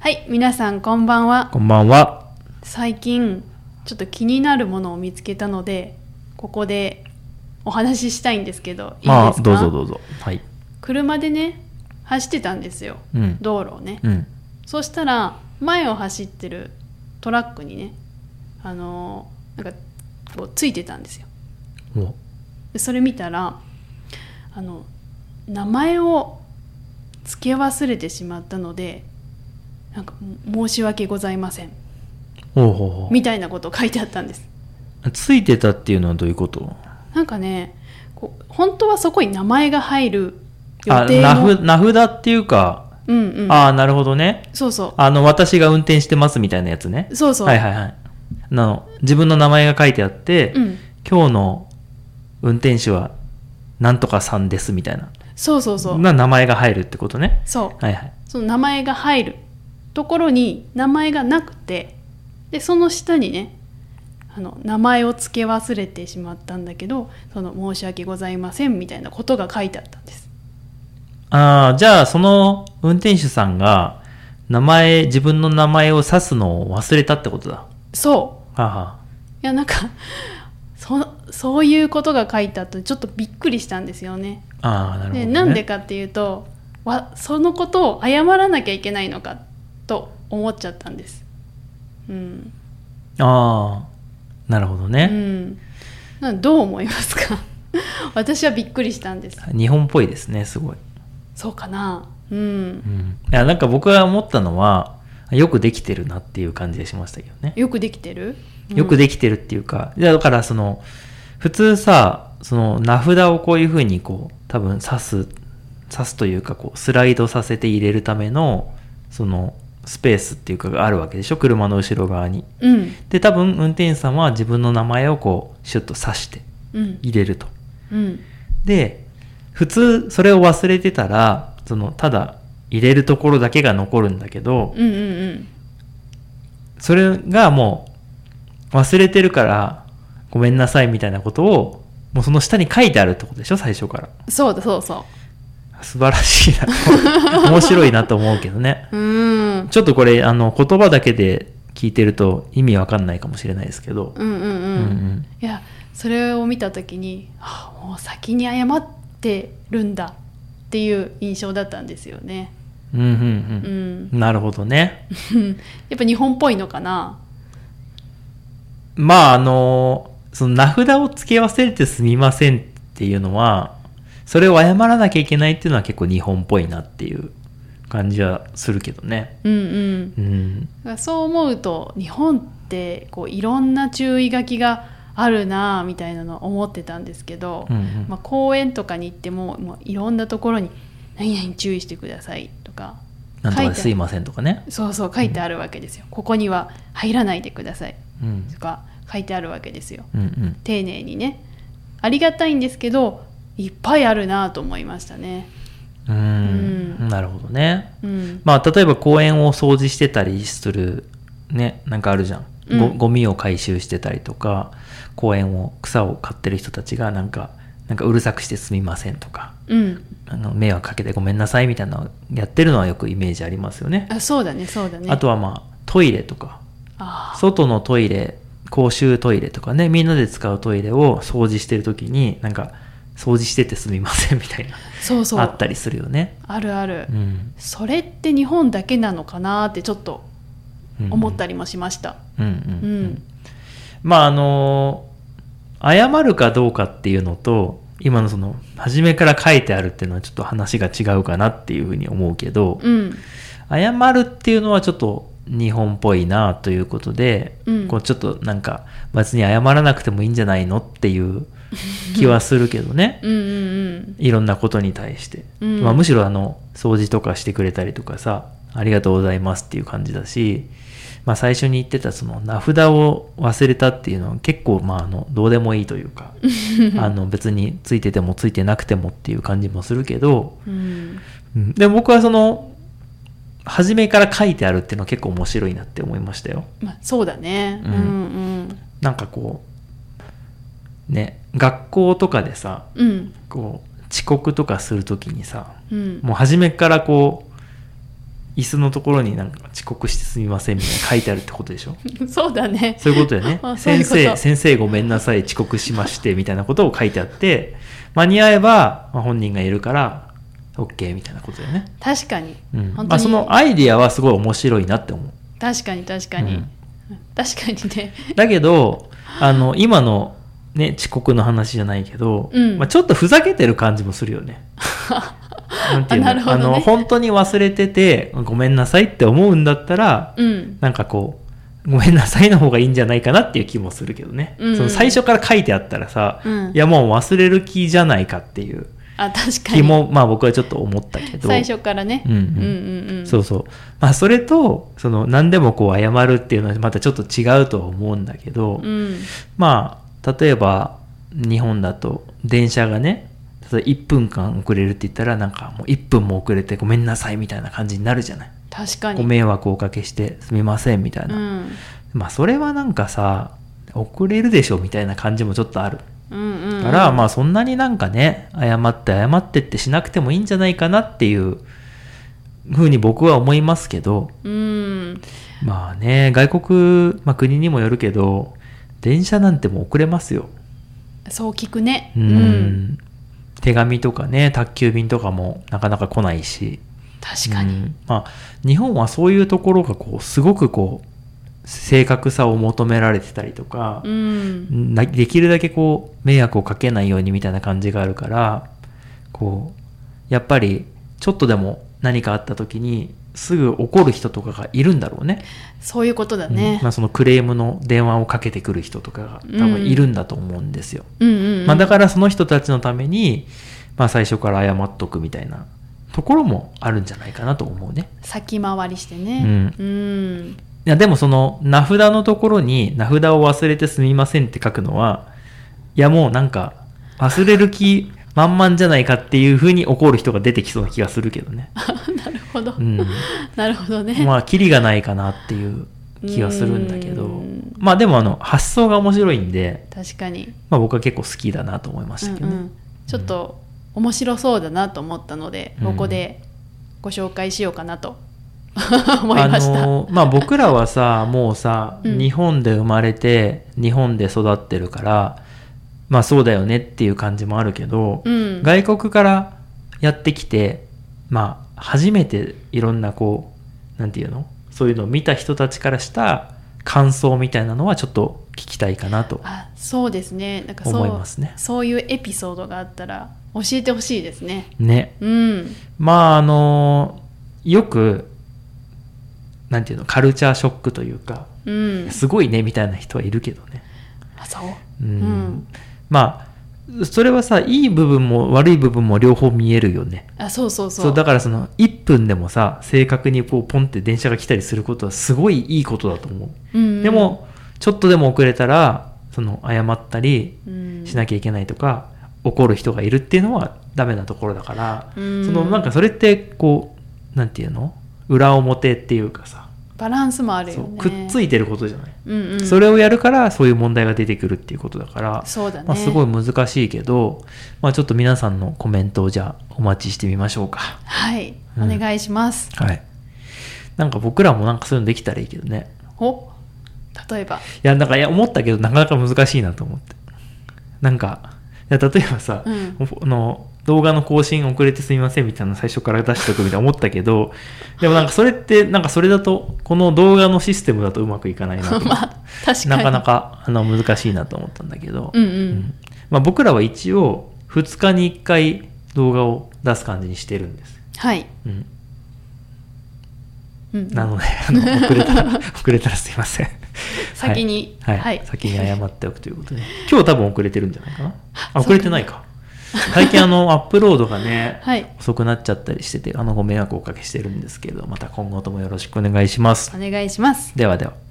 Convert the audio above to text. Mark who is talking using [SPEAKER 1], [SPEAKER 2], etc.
[SPEAKER 1] はい、皆さんこんばんは。
[SPEAKER 2] こんばんは。
[SPEAKER 1] 最近ちょっと気になるものを見つけたので、ここでお話ししたいんですけど、いいですか？
[SPEAKER 2] まあ、どうぞどうぞ。はい。
[SPEAKER 1] 車でね、走ってたんですよ。
[SPEAKER 2] うん。
[SPEAKER 1] 道路をね。
[SPEAKER 2] うん。
[SPEAKER 1] そしたら前を走ってるトラックにね、あのーなんかこうついてたんですよ。
[SPEAKER 2] お
[SPEAKER 1] でそれ見たらあの名前を付け忘れてしまったのでなんかも申し訳ございません
[SPEAKER 2] おうほうほ
[SPEAKER 1] みたいなこと書いてあったんです
[SPEAKER 2] う。ついてたっていうのはどういうこと
[SPEAKER 1] なんかねこう本当はそこに名前が入る予
[SPEAKER 2] あ
[SPEAKER 1] 定
[SPEAKER 2] 名
[SPEAKER 1] の
[SPEAKER 2] 札、名札っていうか、
[SPEAKER 1] うんうん
[SPEAKER 2] ああ、なるほどね。
[SPEAKER 1] そうそ
[SPEAKER 2] あの、私が運転してますみたいなやつね
[SPEAKER 1] う。そうそう、
[SPEAKER 2] はいはいはい。あの、自分の名前が書いてあって、
[SPEAKER 1] うん、
[SPEAKER 2] 今日の運転手は、なんとかさんですみたいな。
[SPEAKER 1] そうそうそう
[SPEAKER 2] な名前が入るってことね。
[SPEAKER 1] そう
[SPEAKER 2] はいはい。
[SPEAKER 1] その名前が入るところに名前がなくてでその下にねあの名前を付け忘れてしまったんだけどその申し訳ございませんみたいなことが書いてあったんです
[SPEAKER 2] ああ、じゃあ、その運転手さんが、名前、自分の名前を指すのを忘れたってことだ。
[SPEAKER 1] そ
[SPEAKER 2] はあは
[SPEAKER 1] ういやなんかそそういうことが書いてあってちょっとびっくりしたんですよね
[SPEAKER 2] あ、ああ、なるほど、
[SPEAKER 1] で
[SPEAKER 2] ね。
[SPEAKER 1] なんでかっていうとわそのことを謝らなきゃいけないのかと思っちゃったんですうん、
[SPEAKER 2] ああ、なるほど
[SPEAKER 1] う
[SPEAKER 2] ね。
[SPEAKER 1] ん、なんどう思いますか 私はびっくりしたんです
[SPEAKER 2] 日本っぽいですね、すごい。
[SPEAKER 1] そうかなう
[SPEAKER 2] うんん。いや、なんか僕が思ったのは、よくできてるなっていう感じがしましたけどね。
[SPEAKER 1] よくできてる
[SPEAKER 2] よくできてるっていうか、いやだからその、普通さ、その名札をこういう風にこう、多分刺す、刺すというかこう、スライドさせて入れるための、その、スペースっていうかがあるわけでしょ車の後ろ側に。
[SPEAKER 1] うん
[SPEAKER 2] で、多分運転手さんは自分の名前をこう、シュッと刺して
[SPEAKER 1] うん
[SPEAKER 2] 入れると。
[SPEAKER 1] うん
[SPEAKER 2] で、普通それを忘れてたら、その、ただ入れるところだけが残るんだけど、
[SPEAKER 1] うんうん
[SPEAKER 2] それがもう忘れてるからごめんなさいみたいなことをもうその下に書いてあるってことでしょ最初から
[SPEAKER 1] そうだそうそ
[SPEAKER 2] 素晴らしいなと面白いなと思うけどね
[SPEAKER 1] ううん
[SPEAKER 2] ちょっとこれあの言葉だけで聞いてると意味わかんないかもしれないですけど、
[SPEAKER 1] うんうんう、
[SPEAKER 2] うんん
[SPEAKER 1] いやそれを見た時にあもう先に謝ってるんだっていう印象だったんですよね
[SPEAKER 2] うん、うんうん
[SPEAKER 1] う
[SPEAKER 2] うん
[SPEAKER 1] ん
[SPEAKER 2] なるほどね
[SPEAKER 1] やっぱ日本っぽいのかな
[SPEAKER 2] まああのその名札を付け忘れてすみませんっていうのはそれを謝らなきゃいけないっていうのは結構日本っぽいなっていう感じはするけどね
[SPEAKER 1] うんうん
[SPEAKER 2] うん
[SPEAKER 1] だからそう思うと日本ってこういろんな注意書きがあるなあみたいなのを思ってたんですけど、
[SPEAKER 2] うんうん
[SPEAKER 1] まあ、公園とかに行ってももういろんなところに「何々注意してください」とか
[SPEAKER 2] なんと
[SPEAKER 1] 書い
[SPEAKER 2] か
[SPEAKER 1] て
[SPEAKER 2] すいませんとかね。
[SPEAKER 1] そうそう書いてあるわけですよ「ここには入らないでください
[SPEAKER 2] うん」
[SPEAKER 1] とか書いてあるわけですよ
[SPEAKER 2] うんうん。
[SPEAKER 1] 丁寧にねありがたいんですけどいっぱいあるなあと思いましたね。
[SPEAKER 2] うーん
[SPEAKER 1] うん
[SPEAKER 2] なるほどね。
[SPEAKER 1] うん、
[SPEAKER 2] まあ、例えば公園を掃除してたりする、ね、なんかあるじゃん。ご
[SPEAKER 1] うん
[SPEAKER 2] ゴミを回収してたりとか、公園を、草を刈ってる人たちが、なんか、なんかうるさくしてすみませんとか、
[SPEAKER 1] うん、
[SPEAKER 2] あの迷惑かけてごめんなさいみたいなのをやってるのはよくイメージありますよね。
[SPEAKER 1] あそうだねそうだね。
[SPEAKER 2] あとはまあ、トイレとか、
[SPEAKER 1] あ
[SPEAKER 2] 外のトイレ、公衆トイレとかね、みんなで使うトイレを掃除してる時に、なんか、掃除しててすみませんみたいな。
[SPEAKER 1] あそうそう
[SPEAKER 2] あったりするよね。
[SPEAKER 1] あるある、
[SPEAKER 2] うん
[SPEAKER 1] それって日本だけなのかなってちょっと
[SPEAKER 2] うん
[SPEAKER 1] 思ったりもしました、
[SPEAKER 2] うんうんう
[SPEAKER 1] うんん。
[SPEAKER 2] まああの謝るかどうかっていうのと今のその初めから書いてあるっていうのはちょっと話が違うかなっていうふうに思うけど、
[SPEAKER 1] うん
[SPEAKER 2] 謝るっていうのはちょっと日本っぽいなということで、
[SPEAKER 1] うん
[SPEAKER 2] こうちょっとなんか別に謝らなくてもいいんじゃないのって いう気はするけどね。
[SPEAKER 1] うんうん
[SPEAKER 2] いろんなことに対して、
[SPEAKER 1] うん
[SPEAKER 2] まあ、むしろあの掃除とかしてくれたりとかさありがとうございますっていう感じだし、まあ、最初に言ってたその名札を忘れたっていうのは結構まああのどうでもいいというかあの別についててもついてなくてもっていう感じもするけど、
[SPEAKER 1] うんうん
[SPEAKER 2] うん、でも僕はその初めから書いてあるっていうのは結構面白いなって思いましたよ。
[SPEAKER 1] まあそうだね
[SPEAKER 2] う
[SPEAKER 1] うんん
[SPEAKER 2] なんかこうね学校とかでさ
[SPEAKER 1] うんうん
[SPEAKER 2] こう遅刻とかするときにさ
[SPEAKER 1] うん
[SPEAKER 2] もう初めからこう椅子のところになんか遅刻してすみませんみたいな書いてあるってことでしょ
[SPEAKER 1] そうだね
[SPEAKER 2] そういうことよね
[SPEAKER 1] あ。そういうこ
[SPEAKER 2] 先
[SPEAKER 1] と
[SPEAKER 2] 生、先生ごめんなさい、遅刻しまして、みたいなことを書いてあって、間に合えば、まあ、本人がいるから、OK みたいなことだよね。
[SPEAKER 1] 確かに、
[SPEAKER 2] うん。
[SPEAKER 1] 本
[SPEAKER 2] ま
[SPEAKER 1] 当
[SPEAKER 2] あ、
[SPEAKER 1] に
[SPEAKER 2] そのアイディアはすごい面白いなって思う。
[SPEAKER 1] 確かに確かに、
[SPEAKER 2] うん
[SPEAKER 1] 確かにね
[SPEAKER 2] だけど、あの、今の、ね、遅刻の話じゃないけど、
[SPEAKER 1] うん
[SPEAKER 2] まあ、ちょっとふざけてる感じもするよね。なんていう の
[SPEAKER 1] あなるほどね
[SPEAKER 2] あの、本当に忘れてて、ごめんなさいって思うんだったら、
[SPEAKER 1] うん
[SPEAKER 2] なんかこう、ごめんなさいの方がいいんじゃないかなっていう気もするけどね。
[SPEAKER 1] うん
[SPEAKER 2] その最初から書いてあったらさ、
[SPEAKER 1] うん
[SPEAKER 2] いやもう忘れる気じゃないかっていう
[SPEAKER 1] あ確か
[SPEAKER 2] 気
[SPEAKER 1] に
[SPEAKER 2] も、まあ僕はちょっと思ったけど。
[SPEAKER 1] 最初からね、
[SPEAKER 2] うんうん
[SPEAKER 1] うんうんうん
[SPEAKER 2] そうそう。まあそれと、その何でもこう謝るっていうのはまたちょっと違うとは思うんだけど、
[SPEAKER 1] うん
[SPEAKER 2] まあ例えば日本だと電車がね、例えば1分間遅れるって言ったらなんかもう1分も遅れてごめんなさいみたいな感じになるじゃない。
[SPEAKER 1] 確かに
[SPEAKER 2] ご迷惑をおかけしてすみませんみたいな。
[SPEAKER 1] うん
[SPEAKER 2] まあそれはなんかさ遅れるでしょみたいな感じもちょっとある
[SPEAKER 1] うんうんうん
[SPEAKER 2] から、まあそんなになんかね謝って謝ってってしなくてもいいんじゃないかなっていうふうに僕は思いますけど
[SPEAKER 1] うん
[SPEAKER 2] まあね外国、まあ、国にもよるけど電車なんてもう遅れますよ
[SPEAKER 1] そう聞くね
[SPEAKER 2] うん、手紙とかね宅急便とかもなかなか来ないし
[SPEAKER 1] 確かに、
[SPEAKER 2] うんまあ日本はそういうところがこうすごくこう正確さを求められてたりとか、
[SPEAKER 1] うん
[SPEAKER 2] なできるだけこう迷惑をかけないようにみたいな感じがあるからこうやっぱりちょっとでも何かあった時にすぐ怒る人とかがいるんだろうね
[SPEAKER 1] そういうことだね
[SPEAKER 2] うん、まあ、そのクレームの電話をかけてくる人とかが多分いるんだと思うんですよ、
[SPEAKER 1] うんうんうん
[SPEAKER 2] まあ、だからその人たちのために、まあ、最初から謝っとくみたいなところもあるんじゃないかなと思うね
[SPEAKER 1] 先回りしてねうん、
[SPEAKER 2] いやでもその名札のところに名札を忘れてすみませんって書くのはいやもうなんか忘れる気満々じゃないかっていうふうに怒る人が出てきそうな気がするけどね、
[SPEAKER 1] なるほど、
[SPEAKER 2] うん、
[SPEAKER 1] なるほどね、
[SPEAKER 2] まあキリがないかなっていう気がするんだけど
[SPEAKER 1] うん
[SPEAKER 2] まあでもあの発想が面白いんで、
[SPEAKER 1] 確かに、
[SPEAKER 2] まあ、僕は結構好きだなと思いましたけ
[SPEAKER 1] う
[SPEAKER 2] ど
[SPEAKER 1] んう
[SPEAKER 2] ね
[SPEAKER 1] ん、ちょっと面白そうだなと思ったので、
[SPEAKER 2] うん
[SPEAKER 1] ここでご紹介しようかなと 思いました、
[SPEAKER 2] あのまあ僕らは さもうさ、
[SPEAKER 1] うん
[SPEAKER 2] 日本で生まれて日本で育ってるからまあそうだよねっていう感じもあるけど、
[SPEAKER 1] うん
[SPEAKER 2] 外国からやってきてまあ初めていろんなこうなんていうのそういうのを見た人たちからした感想みたいなのはちょっと聞きたいかなと
[SPEAKER 1] あそうですねなんかそう
[SPEAKER 2] 思いますね
[SPEAKER 1] そういうエピソードがあったら教えてほしいですね
[SPEAKER 2] ね
[SPEAKER 1] うん
[SPEAKER 2] まああのよくなんていうのカルチャーショックというか
[SPEAKER 1] うん
[SPEAKER 2] すごいねみたいな人はいるけどね
[SPEAKER 1] あそう
[SPEAKER 2] うん
[SPEAKER 1] うん
[SPEAKER 2] まあそれはさいい部分も悪い部分も両方見えるよね
[SPEAKER 1] あそうそうそう
[SPEAKER 2] そうだからその1分でもさ正確にこうポンって電車が来たりすることはすごいいいことだと思う、
[SPEAKER 1] うんうん
[SPEAKER 2] でもちょっとでも遅れたらその謝ったり
[SPEAKER 1] うん
[SPEAKER 2] しなきゃいけないとか、怒る人がいるっていうのはダメなところだから、
[SPEAKER 1] うん
[SPEAKER 2] そのなんかそれってこうなんていうの裏表っていうかさ
[SPEAKER 1] バランスもある
[SPEAKER 2] そ
[SPEAKER 1] よ
[SPEAKER 2] う
[SPEAKER 1] ね
[SPEAKER 2] くっついてることじゃない、
[SPEAKER 1] うんうん、
[SPEAKER 2] それをやるからそういう問題が出てくるっていうことだから
[SPEAKER 1] そうだね、
[SPEAKER 2] まあ、すごい難しいけど、まあ、ちょっと皆さんのコメントをじゃあお待ちしてみましょうか。
[SPEAKER 1] はい、
[SPEAKER 2] うん
[SPEAKER 1] お願いします
[SPEAKER 2] はい。なんか僕らもなんかそういうのできたらいいけどね。
[SPEAKER 1] お例えば
[SPEAKER 2] いや、なんかいや思ったけどなかなか難しいなと思って。なんか、いや例えばさ、
[SPEAKER 1] うん
[SPEAKER 2] あの動画の更新遅れてすみませんみたいなの最初から出しておくみたいな思ったけど、でもなんかそれって、なんかそれだと、この動画のシステムだとうまくいかないなと思って。
[SPEAKER 1] まあ確かに
[SPEAKER 2] なかなかあの難しいなと思ったんだけど、
[SPEAKER 1] うんうん
[SPEAKER 2] まあ、僕らは一応2日に1回動画を出す感じにしてるんです、
[SPEAKER 1] はい、
[SPEAKER 2] うん、
[SPEAKER 1] うんうん、
[SPEAKER 2] なのであの遅れた ら遅れたらすいません
[SPEAKER 1] 先に
[SPEAKER 2] はい、はい
[SPEAKER 1] はい
[SPEAKER 2] 先に謝っておくということで今日多分遅れてるんじゃないかなあ遅れてないか
[SPEAKER 1] そうか
[SPEAKER 2] 最近あのアップロードがね、
[SPEAKER 1] はい
[SPEAKER 2] 遅くなっちゃったりしててあのご迷惑をおかけしてるんですけどまた今後ともよろしくお願いします
[SPEAKER 1] お願いします
[SPEAKER 2] ではでは